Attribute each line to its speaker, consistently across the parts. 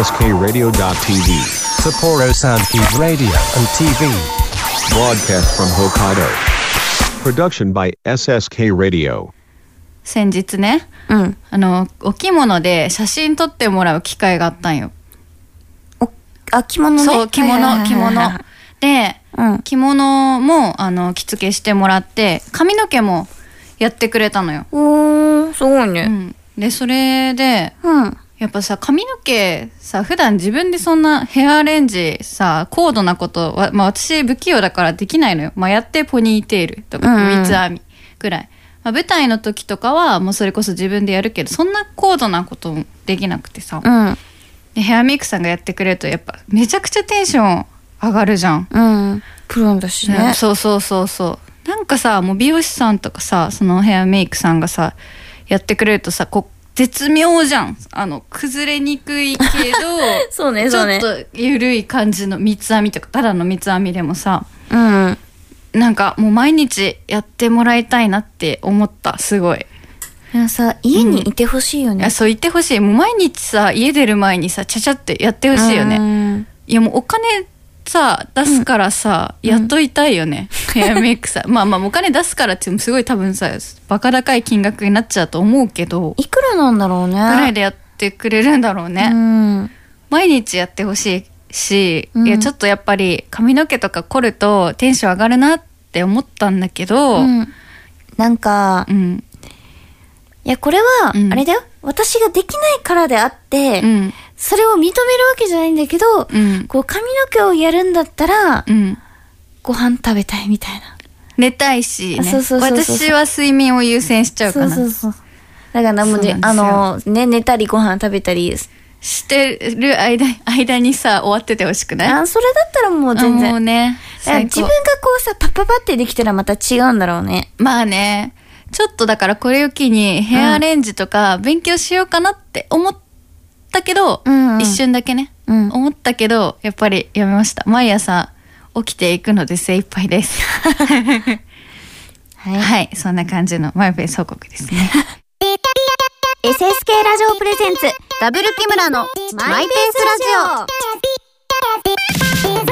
Speaker 1: SSKRadio.tv,
Speaker 2: Sapporo Soundkeep Radio and TV.
Speaker 1: broadcast from Hokkaido. Production by SSK Radio.
Speaker 3: 先日ね
Speaker 4: うん。
Speaker 3: あのお着物で写真撮ってもらう機会があったんよ、
Speaker 4: お、あ、着物ね。
Speaker 3: そう着物、
Speaker 4: はいはいはいはいはい
Speaker 3: 着物で
Speaker 4: うん。
Speaker 3: 着物もあの着付けしてもらって髪の毛もやってくれたのよ、
Speaker 4: おー、すごいね。
Speaker 3: でそれで
Speaker 4: うん。
Speaker 3: やっぱさ髪の毛さ普段自分でそんなヘアアレンジさ高度なことは、まあ、私不器用だからできないのよ、まあ、やってポニーテールとか
Speaker 4: うんうん
Speaker 3: 三つ編みぐらい、まあ、舞台の時とかはもうそれこそ自分でやるけどそんな高度なこともできなくてさ、
Speaker 4: うん。
Speaker 3: でヘアメイクさんがやってくれるとやっぱめちゃくちゃテンション上がるじゃん、
Speaker 4: うん。プロだしね。
Speaker 3: そうそうそうそうなんかさもう美容師さんとかさそのヘアメイクさんがさやってくれるとさこう絶妙じゃんあの崩れにくいけど
Speaker 4: そうね
Speaker 3: ち
Speaker 4: そうね
Speaker 3: ょっと緩い感じの三つ編みとかただの三つ編みでもさ
Speaker 4: うん。
Speaker 3: なんかもう毎日やってもらいたいなって思ったすごい
Speaker 4: いやさ、家にいてほしいよ
Speaker 3: い
Speaker 4: ね。
Speaker 3: やそう言ってほしいもう毎日さ家出る前にさちゃちゃってやってほしいよね、
Speaker 4: ね。
Speaker 3: いやもうお金さ出すからさ、やっといたいよね、ヘアメイクさん まあまあお金出すからっていうのもすごい多分さバカ高い金額になっちゃうと思うけど
Speaker 4: いくらなんだろうね。ぐ
Speaker 3: ぐらいでやってくれるんだろうね、
Speaker 4: うん。
Speaker 3: 毎日やってほしいし、
Speaker 4: うん
Speaker 3: いやちょっとやっぱり髪の毛とか凝るとテンション上がるなって思ったんだけどう、
Speaker 4: うんんなんか、
Speaker 3: うん
Speaker 4: いや、これは
Speaker 3: う、ん
Speaker 4: あれだよ。私ができないからであって、
Speaker 3: うん
Speaker 4: それを認めるわけじゃないんだけど、
Speaker 3: うん
Speaker 4: こう髪の毛をやるんだったら、ご飯食べたいみたいな。
Speaker 3: 寝たいし、ね、
Speaker 4: そうそうそうそう
Speaker 3: 私は睡眠を優先しちゃうかな
Speaker 4: そうそうそう。だからもうね
Speaker 3: そう
Speaker 4: あ
Speaker 3: な
Speaker 4: の、ね、寝たりご飯食べたり。
Speaker 3: してる間間にさ終わっててほしくない
Speaker 4: あ、それだったらもう全
Speaker 3: あもう
Speaker 4: 然。
Speaker 3: ね
Speaker 4: だから
Speaker 3: 最
Speaker 4: 自
Speaker 3: 高
Speaker 4: 分がこうさ、パッパパってできたらまた違うんだろうね。
Speaker 3: まあねちょっとだからこれを機にヘアアレンジとか勉強しようかなって思ったけど、
Speaker 4: うんうん
Speaker 3: 一瞬だけね、
Speaker 4: うん
Speaker 3: 思ったけどやっぱりやめました毎朝起きていくので精一杯です
Speaker 4: は
Speaker 3: はいそんな感じのマイペース報告ですね
Speaker 5: SSK ラジオプレゼンツダブル木村のマイペースラジ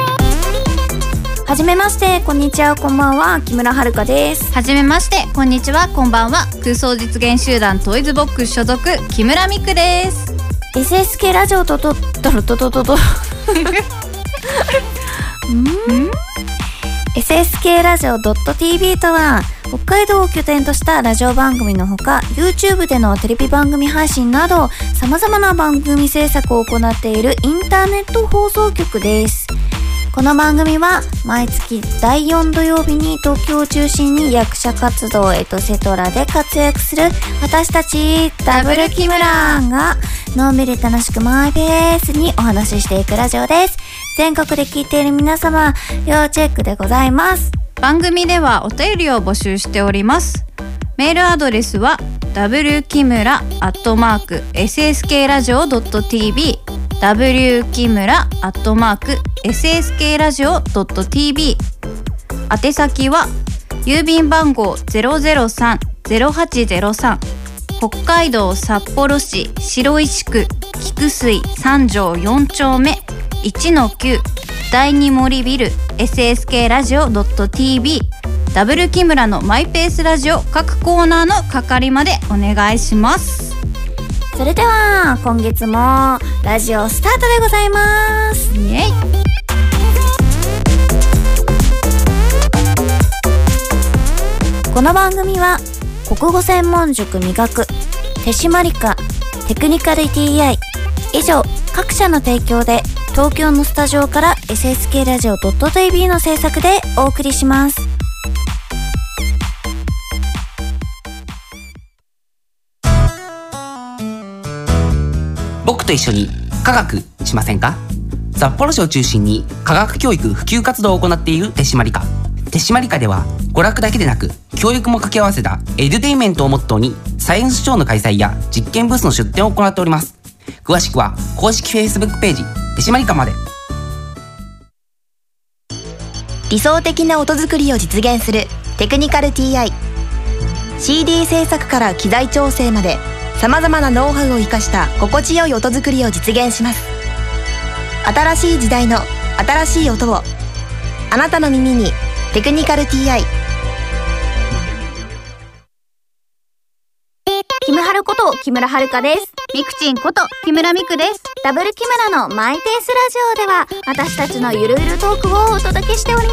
Speaker 5: オ
Speaker 4: はじめまして、こんにちは、こんばんは、木村遥です。
Speaker 3: はじめましてこんにちはこんばんは空想実現集団トイズボックス所属木村美久です
Speaker 4: SSK ラジオとと、とろとととと。ん SSK ラジオ .tv とは北海道を拠点としたラジオ番組のほか YouTube でのテレビ番組配信など様々な番組制作を行っているインターネット放送局ですこの番組は毎月第4土曜日に東京を中心に役者活動エトセトラで活躍する私たちダブルキムランがのんびり楽しくマイペースにお話ししていくラジオです全国で聞いている皆様要チェックでございます
Speaker 3: 番組ではお便りを募集しておりますメールアドレスは w k i m u r a s s k r a d i o t v w k i m u r a s s k r a d i o t v 宛先は郵便番号003-0803北海道札幌市白石区菊水三条四丁目1の9第二森ビル SSK ラジオ .tv ダブル木村のマイペースラジオ各コーナーの係までお願いします
Speaker 4: それでは今月もラジオスタートでございます
Speaker 3: イエイ
Speaker 4: この番組は国語専門塾磨く手締まりかテクニカル TI 以上各社の提供で東京のスタジオから SSK ラジオ .tv の制作でお送りします
Speaker 6: 僕と一緒に科学しませんか札幌市を中心に科学教育普及活動を行っている手締まり課手締まり課では娯楽だけでなく教育も掛け合わせたエデュテインメントをモットーにサイエンスショーの開催や実験ブースの出展を行っております詳しくは公式 Facebook ページ手締まり課まで
Speaker 5: 理想的な音作りを実現するテクニカル TICD 制作から機材調整まで
Speaker 7: さまざまなノウハウを生かした心地よい音作りを実現します新しい時代の新しい音をあなたの耳に「テクニカル TI
Speaker 5: キムハルこと木村遥です。ミクチンこと木村ミクです。
Speaker 4: ダブル木村のマイペースラジオでは私たちのゆるゆるトークをお届けしておりま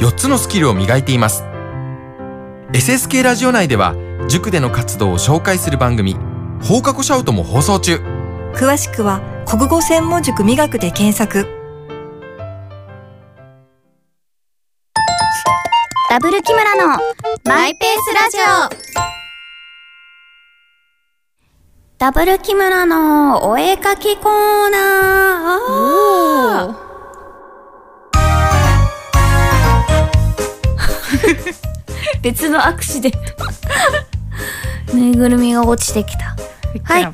Speaker 8: 4つのスキルを磨いています。SSK ラジオ内では塾での活動を紹介する番組放課後シャウトも放送中。
Speaker 9: 詳しくは国語専門塾磨くで検索。
Speaker 4: ダブル木村の
Speaker 5: マイペースラジオ
Speaker 4: ダブル木村のお絵かきコーナー別のアクシデントぬいぐるみが落ちてきたはい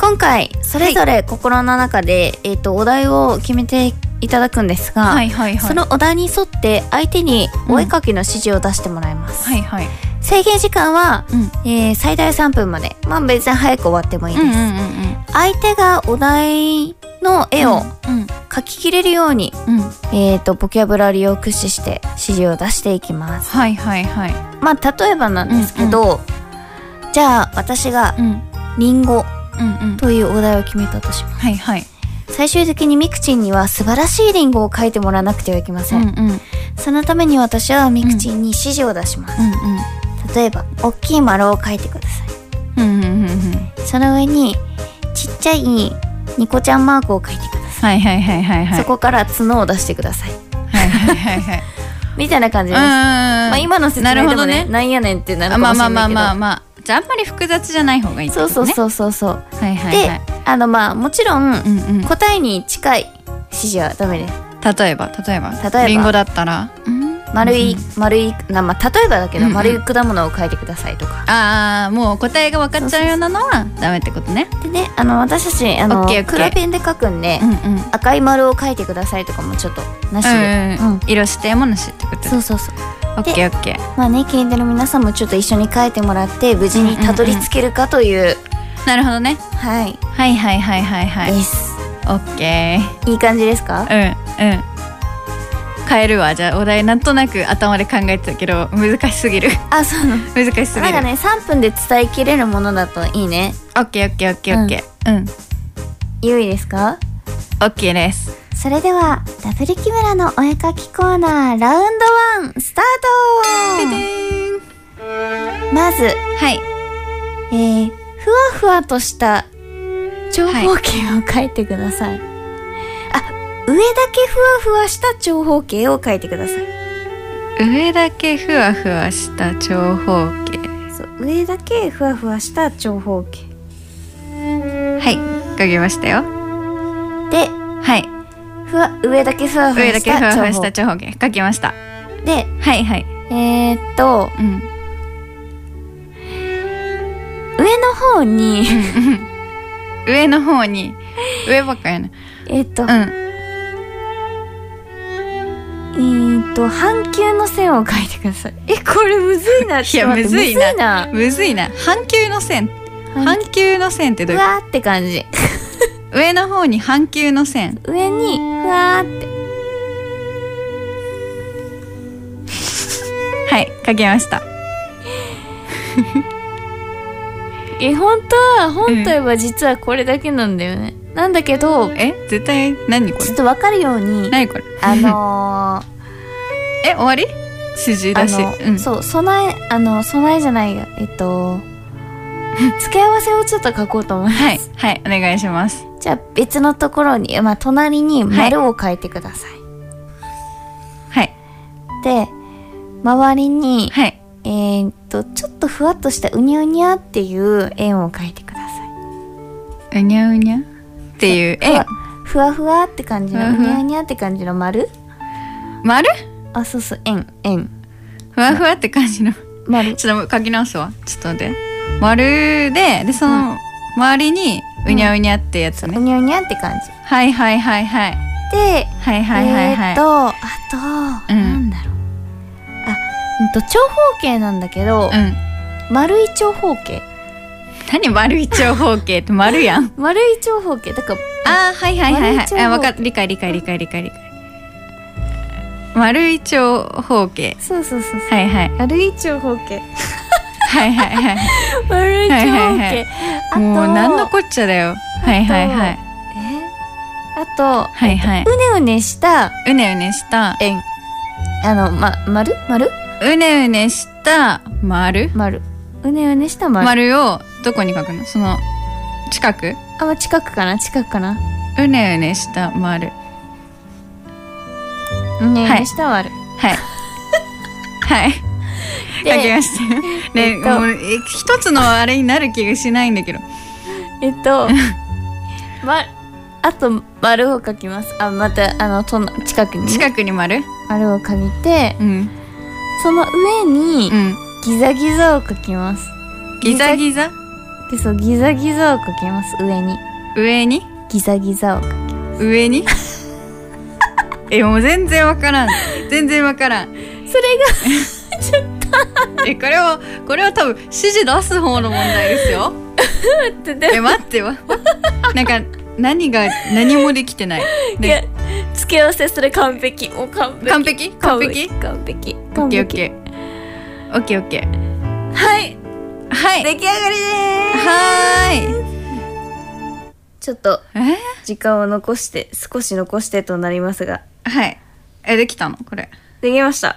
Speaker 4: 今回それぞれ心の中で、えっ、とお題を決めていただくんですが、
Speaker 3: はいはいはい
Speaker 4: そのお題に沿って相手にお絵かきの指示を出してもらいます、
Speaker 3: はいはい
Speaker 4: 制限時間は、
Speaker 3: う
Speaker 4: えー最大3分までまあ別に早く終わってもいいです、
Speaker 3: ん
Speaker 4: 相手がお題の絵
Speaker 3: う
Speaker 4: を
Speaker 3: ん
Speaker 4: 描ききれるように、
Speaker 3: うんうん
Speaker 4: えー、とボキャブラリーを駆使して指示を出していきます
Speaker 3: はいはいはい
Speaker 4: まあ例えばなんですけど、じゃあ私が
Speaker 3: うん
Speaker 4: 「リンゴ
Speaker 3: うんうん
Speaker 4: というお題を決めたとします
Speaker 3: はいはい
Speaker 4: 最終的にミクチンには素晴らしいリンゴを描いてもらわなくてはいけません、
Speaker 3: うんうん
Speaker 4: そのために私はミクチンに指示を出します、例えば大きい丸を描いてください
Speaker 3: うんうんうんうんうん
Speaker 4: その上にちっちゃいニコちゃんマークを書いてくださ
Speaker 3: はいはいはいはい
Speaker 4: い、
Speaker 3: はい
Speaker 4: そこから角を出してください
Speaker 3: はいはいはいはい
Speaker 4: みたいな感じです、ま
Speaker 3: ま
Speaker 4: あ今の説
Speaker 3: な
Speaker 4: 明で
Speaker 3: るほ
Speaker 4: も
Speaker 3: ど
Speaker 4: ね
Speaker 3: ね
Speaker 4: なんやねんってなる
Speaker 3: あ
Speaker 4: かも
Speaker 3: まあ
Speaker 4: しれ
Speaker 3: ま
Speaker 4: な
Speaker 3: あ
Speaker 4: いけど、
Speaker 3: まあまあまあじゃああんまり複雑じゃない方がいいってこ
Speaker 4: そう
Speaker 3: と
Speaker 4: そう
Speaker 3: ね
Speaker 4: そうそうそう、
Speaker 3: はいはいはい
Speaker 4: であのまあもちろ
Speaker 3: う
Speaker 4: ん、
Speaker 3: んうん
Speaker 4: 答えに近い指示はダメです
Speaker 3: 例えば例えば
Speaker 4: 例えば
Speaker 3: リンゴだったら
Speaker 4: 丸い、丸いなまあ例えばだけど、
Speaker 3: うんうん
Speaker 4: 丸い果物を書いてくださいとか
Speaker 3: ああもう答えが分かっちゃうようなのはダメってことね
Speaker 4: でねあの私たちあの
Speaker 3: オッケーオッケー
Speaker 4: 黒ペンで書くんで、
Speaker 3: うんうんうん
Speaker 4: 赤い丸を書いてくださいとかもちょっとなしで、
Speaker 3: うん色指定もなしってこと
Speaker 4: そうそうそう
Speaker 3: オッケーオッケー
Speaker 4: まあね聞いてる皆さんもちょっと一緒に書いてもらって無事にたどり着けるかという、
Speaker 3: なるほどね
Speaker 4: はい、
Speaker 3: はいはいはいはいはい
Speaker 4: です
Speaker 3: オッケ
Speaker 4: いい感じですか
Speaker 3: ーうんうん変えるわじゃあお題なんとなく頭で考えてたけど難しすぎる
Speaker 4: あそうなの
Speaker 3: 難しすぎ
Speaker 4: なん
Speaker 3: る
Speaker 4: かね3分で伝えきれるものだといいね
Speaker 3: オッケーオッケーオッケーオッケーうん
Speaker 4: 良いですか
Speaker 3: オッケーです
Speaker 4: それではダブル木村のお絵かきコーナーラウンドワンスタートまず、
Speaker 3: はい
Speaker 4: えー、ふわふわとした長方形を描いてください、あ上だけふわふわした長方形を描いてください
Speaker 3: 上だけふわふわした長方形
Speaker 4: そう上だけふわふわした長方形
Speaker 3: はい書きましたよ
Speaker 4: で
Speaker 3: はい
Speaker 4: ふわ上だけふわふわ
Speaker 3: 上だ
Speaker 4: し
Speaker 3: けふわ
Speaker 4: た
Speaker 3: ふ
Speaker 4: 長
Speaker 3: わし
Speaker 4: 方
Speaker 3: た
Speaker 4: 形
Speaker 3: 長方形書きました
Speaker 4: で
Speaker 3: はいはい
Speaker 4: えー、っと
Speaker 3: うん
Speaker 4: 上の方に
Speaker 3: 上の方に上ばっかやな
Speaker 4: えーっと、
Speaker 3: う
Speaker 4: え
Speaker 3: ん
Speaker 4: ーっと半球の線を描いてください えこれむずいな
Speaker 3: いやむずいな
Speaker 4: ちょっと待って
Speaker 3: むずいな半球の線
Speaker 4: むずいな半
Speaker 3: 半球の線ってどう
Speaker 4: う
Speaker 3: いうこ
Speaker 4: わーって感じ
Speaker 3: と上の方に半球の線
Speaker 4: 上にふわーって
Speaker 3: はい書きました
Speaker 4: え本当は本体は実はこれだけなんだよね、なんだけど
Speaker 3: え絶対何こ
Speaker 4: ちょっ
Speaker 3: れ
Speaker 4: とわかるように
Speaker 3: 何これ
Speaker 4: あのー
Speaker 3: え終わり指示
Speaker 4: あ
Speaker 3: 出し
Speaker 4: の、
Speaker 3: うん
Speaker 4: そう備えあの備えじゃないやえっと 付け合わせをちょっと書こうと思います、
Speaker 3: はいはいお願いします
Speaker 4: じゃあ別のところにまあ隣に丸を書いてください、
Speaker 3: はい
Speaker 4: で周りに、
Speaker 3: はい
Speaker 4: えーっとちょっとふわっとしたうにゃうにゃっていう円を描いてください
Speaker 3: うにゃうにゃっていう円
Speaker 4: ふわふわって感じの
Speaker 3: ふわ
Speaker 4: う
Speaker 3: ふわ
Speaker 4: にゃうにゃって感じの丸
Speaker 3: 丸
Speaker 4: あそうそう円円
Speaker 3: ふわふわって感じのち
Speaker 4: 丸
Speaker 3: ょっと書き直すわちょっと待って丸ででその周りにうにゃうにゃってやつね、
Speaker 4: うにゃうにゃって感じ
Speaker 3: はいはいはいはい
Speaker 4: で
Speaker 3: はいはいはいはい
Speaker 4: えー、っとあと、
Speaker 3: うん
Speaker 4: なんだろうあうんと長方形なんだけど、
Speaker 3: うん
Speaker 4: 丸い長方形
Speaker 3: 何丸い長方形って丸やん
Speaker 4: 丸い長方形だから
Speaker 3: あーはいはいはい
Speaker 4: 丸
Speaker 3: はいい
Speaker 4: 長
Speaker 3: あわか理解理解理解理解理解丸い長方形
Speaker 4: そうそうそうそう
Speaker 3: はいはい
Speaker 4: 丸い長方形
Speaker 3: はいはいはい
Speaker 4: 丸い長方
Speaker 3: は
Speaker 4: 形、
Speaker 3: いはいはい
Speaker 4: あと
Speaker 3: もう何のこっちゃだよはいはいはい
Speaker 4: えあと
Speaker 3: はいはいう
Speaker 4: ねうねした
Speaker 3: うねうねした
Speaker 4: 円あのま丸丸
Speaker 3: うねうねした丸
Speaker 4: 丸うねうねした丸
Speaker 3: 丸をどこに書くのその近く
Speaker 4: あまあ近くかな近くかな
Speaker 3: うねうねした丸
Speaker 4: うねう
Speaker 3: は
Speaker 4: ね
Speaker 3: い
Speaker 4: した丸、
Speaker 3: はいはい書
Speaker 4: で
Speaker 3: きましたよね、
Speaker 4: えっと
Speaker 3: もうえ一つのあれになる気がしないんだけど
Speaker 4: えっ とまあと丸を書きますあまたあのとの近くにね、
Speaker 3: 近くに丸
Speaker 4: 丸を書いて
Speaker 3: うん
Speaker 4: その上に
Speaker 3: うん
Speaker 4: ギザギザを書きます
Speaker 3: ギザギザ
Speaker 4: でそうギザギザを書きます上に
Speaker 3: 上に
Speaker 4: ギザギザを書き
Speaker 3: 上 にえもう全然わからん全然わからん
Speaker 4: それが
Speaker 3: えこれはこれは多分指示出す方の問題です よ
Speaker 4: ってで
Speaker 3: え待ってわなんか何が何もできてない
Speaker 4: い
Speaker 3: ね
Speaker 4: や付け合わせそれ完璧もう完璧
Speaker 3: 完璧完璧
Speaker 4: 完璧
Speaker 3: オッ
Speaker 4: 完
Speaker 3: ケー
Speaker 4: 璧
Speaker 3: オッケーオッケーオッケー
Speaker 4: はい
Speaker 3: はい
Speaker 4: 出来上がりです
Speaker 3: はーい
Speaker 4: ちょっと
Speaker 3: え
Speaker 4: 時間を残して少し残してとなりますが
Speaker 3: はいえできたのこれ
Speaker 4: できました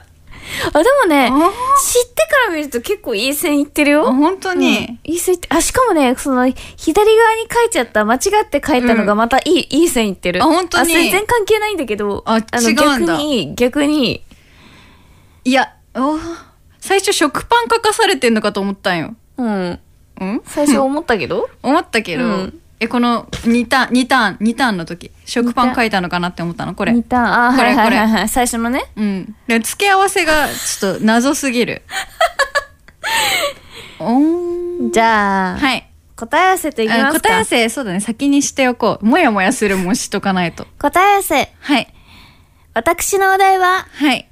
Speaker 4: あでも
Speaker 3: あ
Speaker 4: ね知ってから見ると結構いい線いってる
Speaker 3: ーあ
Speaker 4: よ
Speaker 3: 本当に、
Speaker 4: いい線いってあしかもねその左側に書いちゃった間違って書いたのがまたいい,、いい線いってる
Speaker 3: あ本当に
Speaker 4: あ全然関係ないんだけど
Speaker 3: あ
Speaker 4: の
Speaker 3: 違うんだ
Speaker 4: 逆に逆に
Speaker 3: いやおー最初食パン書かされてんのかと思ったんよ
Speaker 4: うん
Speaker 3: うん
Speaker 4: 最初思ったけ ど
Speaker 3: 思ったけど、
Speaker 4: うん
Speaker 3: えこの2ターン2ターン2ターンの時食パン書いたのかなって思ったのこれ
Speaker 4: 似たあ
Speaker 3: こ
Speaker 4: は
Speaker 3: れ
Speaker 4: い
Speaker 3: これ
Speaker 4: はいはいはい最初のね
Speaker 3: うんで付け合わせがちょっと謎すぎるおーん
Speaker 4: じゃあ、
Speaker 3: はい
Speaker 4: 答え合わせといきま
Speaker 3: あ
Speaker 4: すか
Speaker 3: 答え合わせそうだね先にしておこうもやもやするもんしとかないと
Speaker 4: 答え合わせ
Speaker 3: はい
Speaker 4: 私のお題は
Speaker 3: はい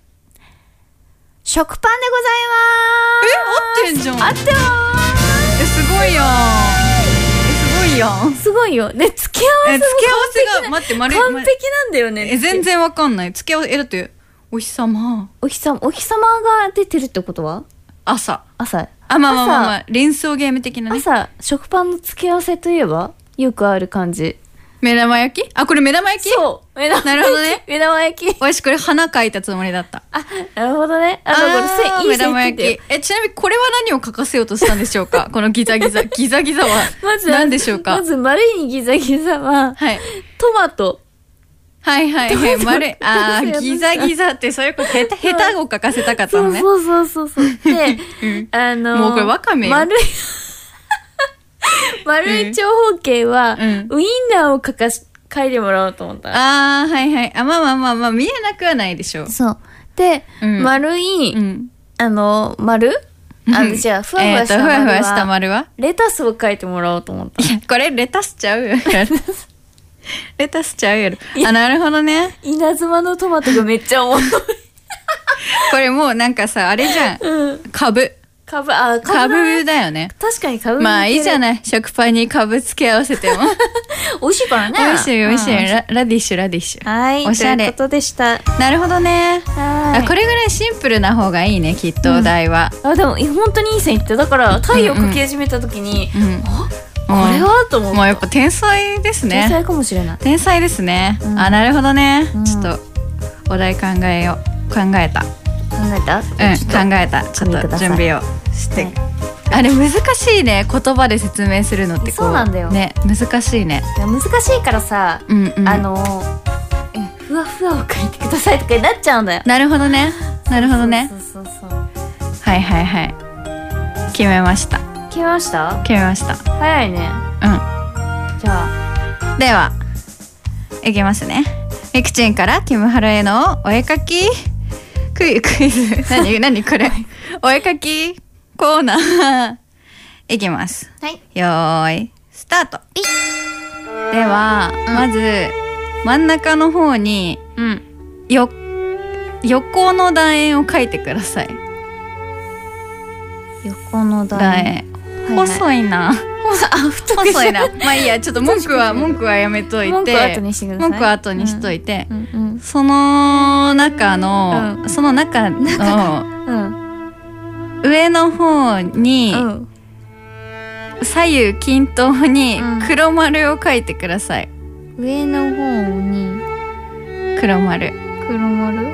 Speaker 4: 食パンで
Speaker 3: え合ってんじゃん
Speaker 4: ございます合ってま
Speaker 3: えすごいよえすごいよ
Speaker 4: すすごいよで付け合
Speaker 3: え
Speaker 4: わ
Speaker 3: 付
Speaker 4: せも
Speaker 3: け合わせが待って丸い
Speaker 4: 完璧なんだよね
Speaker 3: え全然わかんない付け合わせえだってお日様
Speaker 4: お日様お日様が出てるってことは
Speaker 3: 朝
Speaker 4: 朝
Speaker 3: あまあまあまあ、まあ、連想ゲーム的なね
Speaker 4: 朝食パンの付け合わせといえばよくある感じ
Speaker 3: 目玉焼きあこれ目玉焼き
Speaker 4: そう目玉焼き
Speaker 3: なるほどね
Speaker 4: 目玉焼き
Speaker 3: わしこれ花描いたつもりだった
Speaker 4: あなるほどねあのこれ
Speaker 3: ー
Speaker 4: 線いい
Speaker 3: 目
Speaker 4: 線
Speaker 3: 玉
Speaker 4: いって
Speaker 3: 焼きえちなみにこれは何を描かせようとしたんでしょう かこのギザギザギザギザは
Speaker 4: まず
Speaker 3: 何でしょうか、
Speaker 4: まず丸いにギザギザは
Speaker 3: はい
Speaker 4: トマト
Speaker 3: はいはいはい丸いあーギザギザってそういうこと下手下手を描かせたかった
Speaker 4: そ
Speaker 3: の
Speaker 4: う
Speaker 3: ね
Speaker 4: そうそうそ うそう。で、あのー
Speaker 3: もうこれわかめよ
Speaker 4: 丸い 丸い長方形は、
Speaker 3: うん
Speaker 4: ウインナーをかかし、書いてもらおうと思った。
Speaker 3: あーはいはいあまあまあまあまあ見えなくはないでしょう
Speaker 4: そう。で、
Speaker 3: うん
Speaker 4: 丸い、
Speaker 3: うん
Speaker 4: あのー丸あの、じゃあ、ふわふ
Speaker 3: え
Speaker 4: わ
Speaker 3: ー
Speaker 4: し
Speaker 3: と
Speaker 4: た
Speaker 3: ふわ
Speaker 4: 丸は、
Speaker 3: ふわした丸は
Speaker 4: レタスを書いてもらおうと思った。
Speaker 3: いやこれレタスちゃうよ レタスちゃうやろあなるほどね
Speaker 4: 稲妻のトマトがめっち ゃ重い。
Speaker 3: これもうなんかさあれじゃん
Speaker 4: うん。
Speaker 3: 株
Speaker 4: かぶ、あ、かぶ。
Speaker 3: 株だよね
Speaker 4: 確かにかぶ。
Speaker 3: まあいいじゃ
Speaker 4: い。
Speaker 3: ない食パンに株付け合わせても
Speaker 4: 美味しいからね。
Speaker 3: 美味しい美味しい、
Speaker 4: うん
Speaker 3: ララディッシュラディッシュ
Speaker 4: はい。
Speaker 3: おしゃれ
Speaker 4: ということでした。
Speaker 3: なるほどね、
Speaker 4: は
Speaker 3: あこれぐらいシンプルな方がいいねきっとお題は、
Speaker 4: あでもえ本当にいい線いってただから太陽かき始めた時に、
Speaker 3: うん
Speaker 4: これはと
Speaker 3: もう
Speaker 4: 思った
Speaker 3: もうやっぱ天才ですね
Speaker 4: 天才かもしれない
Speaker 3: 天才ですね、
Speaker 4: うん
Speaker 3: あなるほどね、
Speaker 4: うん
Speaker 3: ちょっとお題考えよう考えた
Speaker 4: 考えた、
Speaker 3: うん
Speaker 4: ちょっと
Speaker 3: 考えたちょっ
Speaker 4: 見てく
Speaker 3: と
Speaker 4: ださい
Speaker 3: 準備をして、
Speaker 4: はい
Speaker 3: あれ難しいね言葉で説明するのってこ
Speaker 4: そうなんだよ
Speaker 3: ね難しいね
Speaker 4: いや難しいからさ、
Speaker 3: うんうん
Speaker 4: あのえふわふわを書いてくださいとかになっちゃうんだよ
Speaker 3: なるほどねなるほどね
Speaker 4: そうそうそうそう
Speaker 3: はいはいはい決めました
Speaker 4: 決めました
Speaker 3: 決めました
Speaker 4: 早いね
Speaker 3: うんじゃあではいきますねミクチンからキムハラへのお絵かきクイクイズ何何これお絵かきコーナーいきます
Speaker 5: はい
Speaker 3: よーいスタートでは、まず真ん中の方に
Speaker 5: うん
Speaker 3: よ横の楕円を描いてください
Speaker 4: 横の
Speaker 3: 楕
Speaker 4: 台。
Speaker 3: 円、細いな
Speaker 4: あ、太く
Speaker 3: 細いなまあいいやちょっと文句は文句はやめといて
Speaker 4: 文句は後にしてください。
Speaker 3: 文句は後にしといて、
Speaker 4: うんうん
Speaker 3: その中の、
Speaker 4: うん
Speaker 3: その中の
Speaker 4: うん
Speaker 3: 上の方に
Speaker 4: うん。
Speaker 3: 左右均等に
Speaker 4: うん
Speaker 3: 黒丸を書いてください
Speaker 4: 上の方に
Speaker 3: 黒丸
Speaker 4: 黒丸。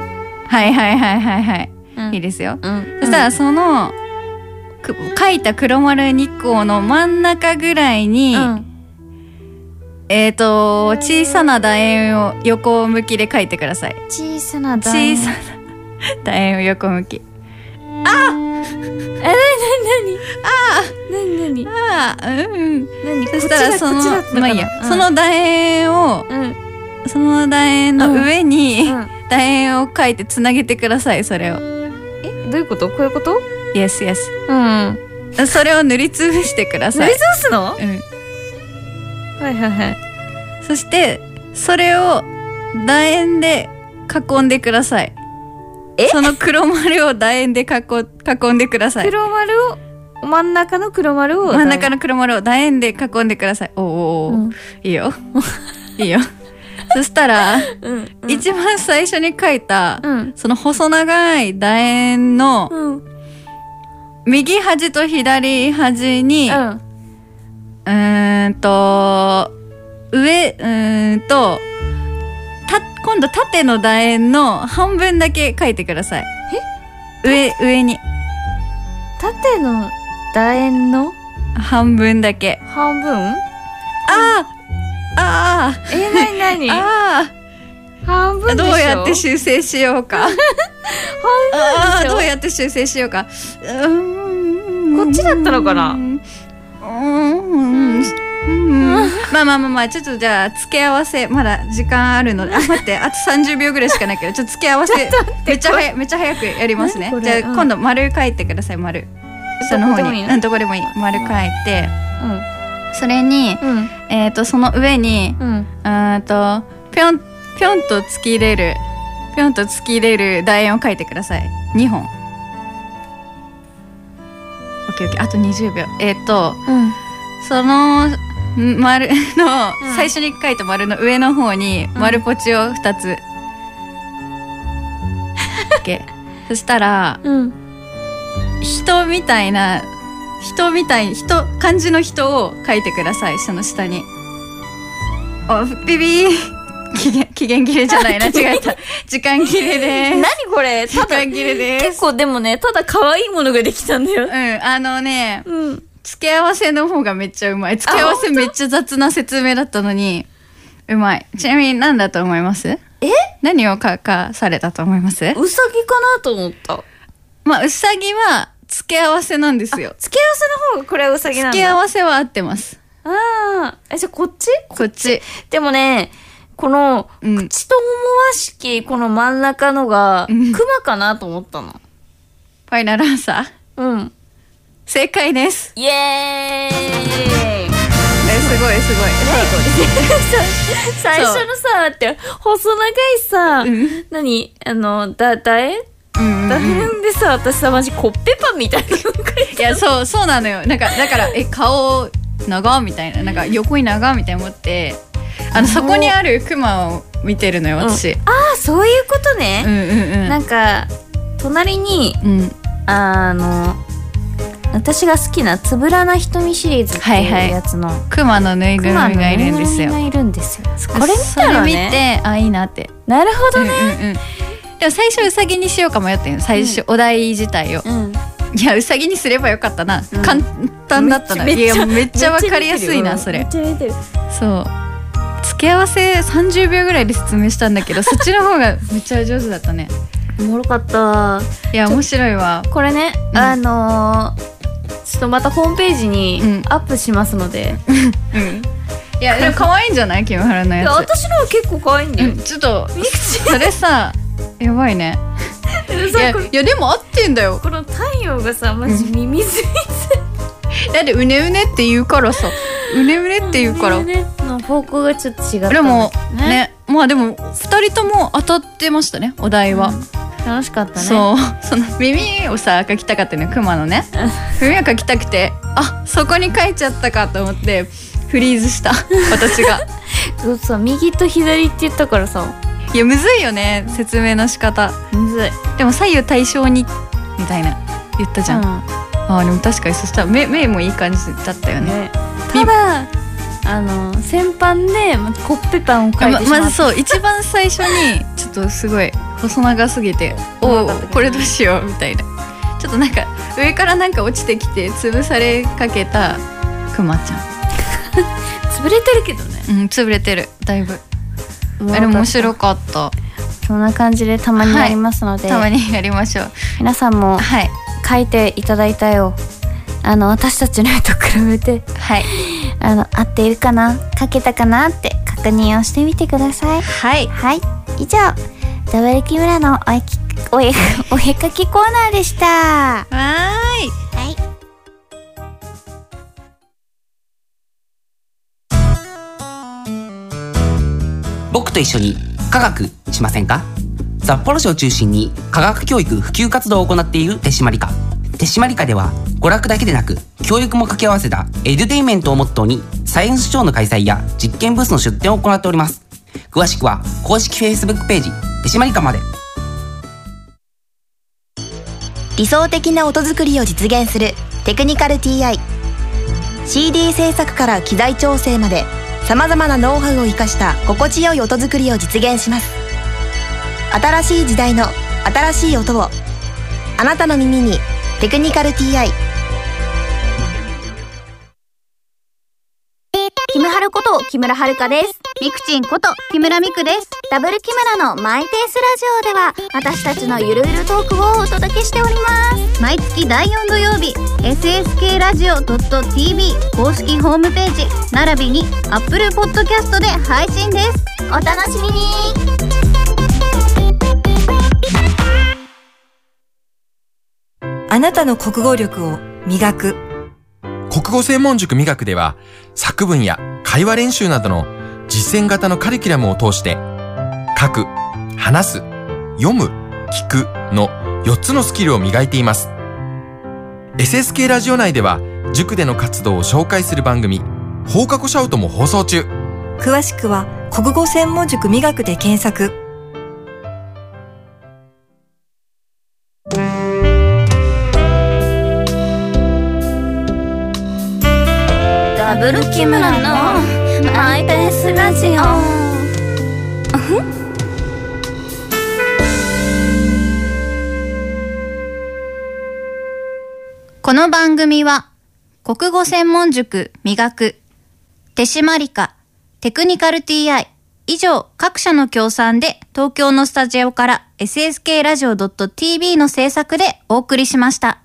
Speaker 3: はいはいはいはいはい、
Speaker 4: うん
Speaker 3: いいですよ、
Speaker 4: うん
Speaker 3: そしたらそのく書いた黒丸2個の真ん中ぐらいに、
Speaker 4: うん
Speaker 3: えっ、と小さな楕円を横向きで書いてください
Speaker 4: 小さな楕
Speaker 3: 小
Speaker 4: 円。
Speaker 3: さな楕円を横向き
Speaker 4: なになにな
Speaker 3: ああうん
Speaker 4: に
Speaker 3: そしたらそのまあいいや、そ。
Speaker 4: こっちだこっちだったかな
Speaker 3: の楕円を
Speaker 4: うんうん。
Speaker 3: その楕円の上に、
Speaker 4: うん
Speaker 3: 楕円を描いてつなげてくださいそれを
Speaker 4: え、どういうことこういうこと
Speaker 3: イエスイエス
Speaker 4: うん。
Speaker 3: それを塗りつぶしてくだ
Speaker 4: 塗
Speaker 3: さ
Speaker 4: り
Speaker 3: い
Speaker 4: 潰すのは
Speaker 3: うん、
Speaker 4: いはいはい。
Speaker 3: そしてそれを楕円で囲んでください
Speaker 4: え
Speaker 3: その黒丸を楕円で囲囲んでください
Speaker 4: 黒丸を、真ん中の黒丸を。
Speaker 3: 真ん中の黒丸を楕円で囲んでくださいおーおーおー、
Speaker 4: うん
Speaker 3: いいよいいよそしたら、
Speaker 4: うん。うん。
Speaker 3: 一番最初に描いた、
Speaker 4: うん。
Speaker 3: その細長い楕円の
Speaker 4: うん。
Speaker 3: 右端と左端に、う
Speaker 4: うん
Speaker 3: ーんと、上、うーんと、た、今度縦の楕円の半分だけ書いてください。上、上に
Speaker 4: 縦の楕円の
Speaker 3: 半分だけ。
Speaker 4: 半分
Speaker 3: あああ
Speaker 4: え、なになに
Speaker 3: ああ
Speaker 4: 半
Speaker 3: あ
Speaker 4: 分で
Speaker 3: ど
Speaker 4: しょ
Speaker 3: うやって修正しよう か。ああ
Speaker 4: 半分でしょ
Speaker 3: どうやって修正しようか。うーん
Speaker 4: こっちだったのかな
Speaker 3: うーんうーんうーんまあまあまあまあちょっとじゃあ付け合わせまだ時間あるのであ待ってあと30秒ぐらいしかないけどちょっと付け合わ せめっちゃ早いめっちゃ早くやりますね
Speaker 4: 何こ
Speaker 3: じゃ
Speaker 4: れ
Speaker 3: あ
Speaker 4: うん
Speaker 3: 今度丸書いてください丸下の
Speaker 4: ど
Speaker 3: 方
Speaker 4: こでもい
Speaker 3: に
Speaker 4: いの
Speaker 3: うんどこでもいい丸書いてそれに
Speaker 4: うん
Speaker 3: えっとその上に
Speaker 4: うんうん
Speaker 3: うーんとぴょんぴょんと突き出るぴょんと突き出る楕円を書いてください2本 OKOK あと20秒えっ、と
Speaker 4: うん
Speaker 3: そのん丸の、
Speaker 4: うん
Speaker 3: 最初に書いた丸の上の方に
Speaker 4: ん
Speaker 3: 丸ポチを2つ、OK そしたら
Speaker 4: うん
Speaker 3: 人みたいな人みたい人漢字の人を書いてくださいその下におビビー期限期限切れじゃ ないな違った時間切れで
Speaker 4: 何
Speaker 3: す
Speaker 4: これた
Speaker 3: 時
Speaker 4: だ
Speaker 3: 間切れです
Speaker 4: 結構でもねただ可愛いものができたんだ よ
Speaker 3: うんあのね
Speaker 4: うん
Speaker 3: 付け合わせの方がめっちゃうまい付け合わせめっちゃ雑な説明だったのにうまいちなみに何だと思いますえ何を書かされたと思います
Speaker 4: うさぎかなと思った
Speaker 3: まあうさぎは付け合わせなんですよ
Speaker 4: 付け合わせの方がこれはうさぎな
Speaker 3: 付
Speaker 4: んだ
Speaker 3: け合わせは合ってます
Speaker 4: あーえじゃあこっち
Speaker 3: こっち
Speaker 4: でもねこの
Speaker 3: うん
Speaker 4: 口と思わしきこの真ん中のがク
Speaker 3: うん
Speaker 4: マかなと思ったの
Speaker 3: ファイナルアンサー
Speaker 4: うん
Speaker 3: 正解です。
Speaker 4: イエ
Speaker 3: え、
Speaker 4: ーイ
Speaker 3: すごいす
Speaker 4: 最初のさ、だって、細長いさ、
Speaker 3: ん
Speaker 4: 何あの、だ、だえ
Speaker 3: ごい。うん
Speaker 4: だえんでさ、私さ、マジコッペパンみたいなのがい
Speaker 3: いや、そう、そうなのよ。なんか、だから、え、顔、長みたいな、なんか横に長みたいな思って、あの、そこにあるクマを見てるのよ、私。
Speaker 4: あ、そういうこと
Speaker 3: うん
Speaker 4: ね。
Speaker 3: うんうん。
Speaker 4: なんか、隣に、
Speaker 3: うん。
Speaker 4: あの、私が好きなつぶらな瞳シリーズって
Speaker 3: はいはい
Speaker 4: いうやつの、
Speaker 3: クマのぬいぐるみ
Speaker 4: 熊の
Speaker 3: がいるんですよ
Speaker 4: ぬ。いぐるみがいるんですよ。こ
Speaker 3: こ
Speaker 4: れ見たら
Speaker 3: 見
Speaker 4: ね。
Speaker 3: て、あ、いいなって。
Speaker 4: なるほ
Speaker 3: う
Speaker 4: ど
Speaker 3: んうん
Speaker 4: ね。
Speaker 3: うん。でも最初ウサギにしようか迷ってんの最初、お題自体を
Speaker 4: うん。
Speaker 3: いやウサギにすればよかったな、
Speaker 4: うん
Speaker 3: 簡単だったない
Speaker 4: めっちゃ
Speaker 3: やめっちゃわかりやすいなそれ
Speaker 4: めっちゃ見てる。
Speaker 3: そう付け合わせ30秒ぐらいで説明したんだけどそっちの方がめっちゃ上手だった ね
Speaker 4: おもろかった。
Speaker 3: いや面白いわ
Speaker 4: これね、
Speaker 3: うん
Speaker 4: あのーちょっとまたホームページに
Speaker 3: うん
Speaker 4: アップしますので、
Speaker 3: うんいやでも可愛いんじゃないキムハラの
Speaker 9: い
Speaker 3: や
Speaker 9: や
Speaker 3: つ
Speaker 9: 私のは結構可愛いんだ
Speaker 3: う
Speaker 9: よ
Speaker 3: ん、ちょっとそれさやばいねいやいやでも合ってんだよ
Speaker 9: この太陽がさマジミミズ
Speaker 3: だってうねうねって言うからさうねうねって言うから
Speaker 9: ねの方向がちょっと違ったんだ
Speaker 3: で
Speaker 9: けど
Speaker 3: もねまあでも二人とも当たってましたねお題は、
Speaker 9: 楽しかったね
Speaker 3: そうその耳をさ描きたかったのよクマのね耳を描きたくてあそこに描いちゃったかと思ってフリーズした私が
Speaker 9: そうさ右と左って言ったからさ
Speaker 3: いやむずいよね説明の仕方
Speaker 9: むずい
Speaker 3: でも左右対称にみたいな言ったじゃん、あーでも確かにそしたら目目もいい感じだったよ
Speaker 9: うん
Speaker 3: ね
Speaker 9: ねただあの先端でまコッペパンを描い
Speaker 3: ま
Speaker 9: てしま
Speaker 3: ま
Speaker 9: っ
Speaker 3: ずそう一番最初にちょっとすごい細長すぎて「おお
Speaker 9: 細かったけどね
Speaker 3: これどうしよう」みたいなちょっとなんか上からなんか落ちてきて潰されかけたクマちゃ
Speaker 9: た潰れてるけどね
Speaker 3: んうん潰れてるだいぶあ
Speaker 4: あ
Speaker 3: れ面白かった
Speaker 4: そんな感じでたまにやりますので、
Speaker 3: たまにやりましょう
Speaker 4: 皆さんも
Speaker 3: はい
Speaker 4: 書いていただいたよあの私たちの絵と比べて
Speaker 3: はい
Speaker 4: あの合っているかな書けたかなって確認をしてみてください
Speaker 3: はい
Speaker 4: はい以上ダブル木村のお絵きお絵 お絵かきコーナーでした
Speaker 3: わーい
Speaker 6: 僕と一緒に科学しませんか札幌市を中心に科学教育普及活動を行っている手締まり課手締まり課では娯楽だけでなく教育も掛け合わせたエデュテインメントをモットーにサイエンスショーの開催や実験ブースの出展を行っております詳しくは公式 Facebook ページ手締まり課まで
Speaker 7: 理想的な音作りを実現するテクニカル TI CD 制作から機材調整までさまざまなノウハウを生かした心地よい音作りを実現します新しい時代の新しい音をあなたの耳に「テクニカル TI
Speaker 5: キムハルこと木村遥です。ミクチンこと木村ミクです。
Speaker 4: ダブル木村のマイペースラジオでは私たちのゆるゆるトークをお届けしております
Speaker 5: 毎月第4土曜日 SSK ラジオ .tv 公式ホームページ並びに Apple Podcast で配信です
Speaker 4: お楽しみに
Speaker 9: あなたの国語力を磨く
Speaker 8: 国語専門塾美学では作文や会話練習などの実践型のカリキュラムを通して書く、話す、読む、聞くの4つのスキルを磨いています。SSK ラジオ内では塾での活動を紹介する番組放課後シャウトも放送中。
Speaker 9: 詳しくは国語専門塾美学で検索
Speaker 4: ダブル木村のマイペースラジオ
Speaker 3: この番組は、国語専門塾磨く、手締まり課、テクニカル TI、以上各社の協賛で東京のスタジオから SSK ラジオ .tv の制作でお送りしました。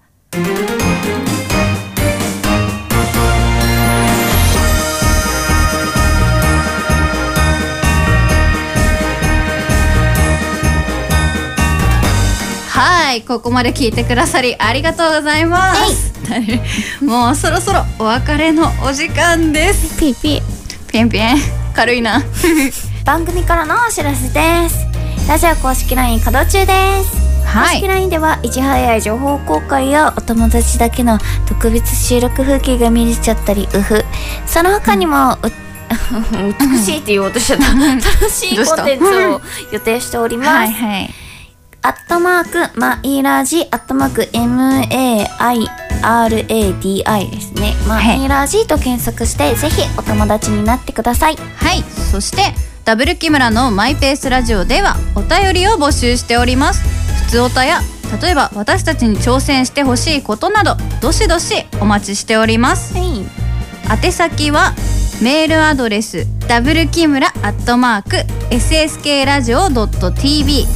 Speaker 3: はい、ここまで聞いてくださりありがとうござい ます。もうそろそろお別れのお時間です。
Speaker 4: ピーピー
Speaker 3: ピンピン、軽いな。
Speaker 4: 番組からのお知らせですラジオ公式 LINE 稼働中です公
Speaker 3: は
Speaker 4: 式 LINE ではいち早い情報公開やお友達だけの特別収録風景が見れちゃったりうふその他にも、う 美しいって言おうとしちゃった楽しい
Speaker 3: どうし
Speaker 4: コ
Speaker 3: た
Speaker 4: ンテンツを予定しております、
Speaker 3: はいはい。
Speaker 4: アットマーク、マイラジ、アットマーク、MAIRADI ですね。マ
Speaker 3: はい
Speaker 4: イラジと検索して、ぜひお友達になってください。
Speaker 3: はい、そしてダブル木村のマイペースラジオではお便りを募集しております普通おたや例えば私たちに挑戦してほしいことなどどしどしお待ちしております
Speaker 4: はい。
Speaker 3: 宛先はメールアドレスダブル木村アットマーク SSK ラジオ .tv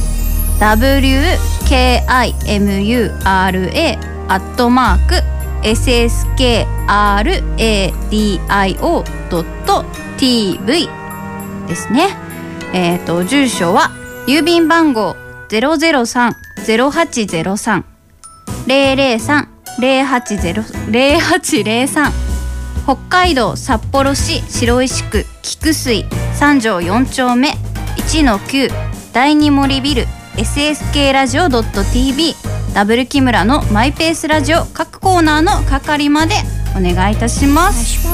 Speaker 3: WKIMURA アットマーク SSKRADIO.tv TV ですね。えっ、と住所は郵便番号ゼロゼロ三ゼロ八ゼロ三零零三零八ゼロ零八零三北海道札幌市白石区菊水三条四丁目一の九第二森ビル SSK ラジオ .tv ダブル木村のマイペースラジオ各コーナーの係までお願いいたします。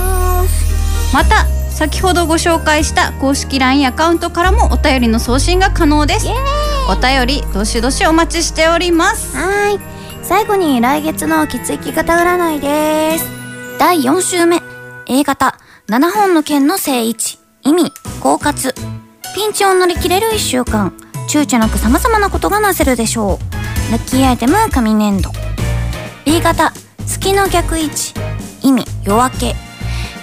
Speaker 3: また先ほどご紹介した公式 LINE アカウントからもお便りの送信が可能ですお便りどしどしお待ちしております
Speaker 4: はーい最後に来月の血液型占いです第4週目 A 型7本の剣の正位置意味狡猾ピンチを乗り切れる1週間躊躇なく様々なことがなせるでしょうラッキーアイテムは紙粘土 B 型月の逆位置意味夜明け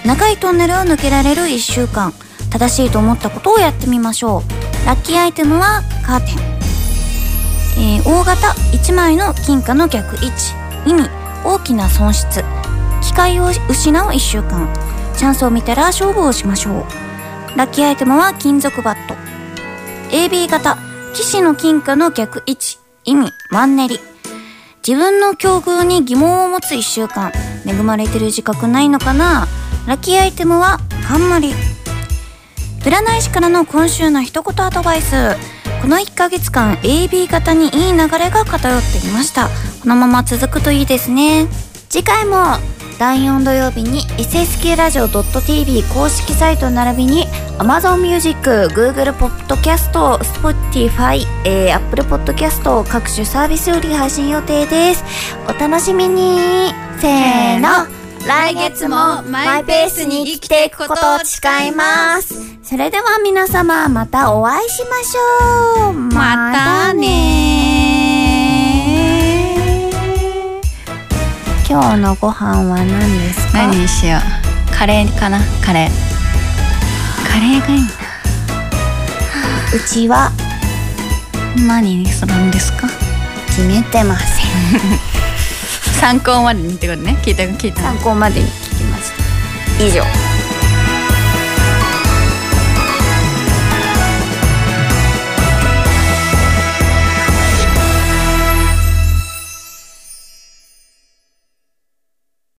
Speaker 4: 長いトンネルを抜けられる1週間正しいと思ったことをやってみましょうラッキーアイテムはカーテンえー大型1枚の金貨の逆位置意味大きな損失機会を失う1週間チャンスを見たら勝負をしましょうラッキーアイテムは金属バット AB 型騎士の金貨の逆位置意味マンネリ自分の境遇に疑問を持つ1週間恵まれてる自覚ないのかなラッキーアイテムは冠占い師からの今週の一言アドバイスこの1ヶ月間 AB 型にいい流れが偏っていましたこのまま続くといいですね
Speaker 7: 次回も
Speaker 4: 第4土曜日に SSK ラジオ .tv 公式サイト並びに Amazon Music、Google Podcast、Spotify、えー Apple Podcast 各種サービスより配信予定ですお楽しみにせーの来月もマイペースに生きていくことを誓いますそれでは皆様またお会いしましょう
Speaker 3: またね
Speaker 4: 今日のご飯は何ですか
Speaker 3: 何にしようカレーかなカレーカレーがいいう
Speaker 4: ちは
Speaker 3: な何にするんですか
Speaker 4: 決めてません
Speaker 3: 参考までにってことね聞いた聞いた
Speaker 4: 参考までに聞きました以上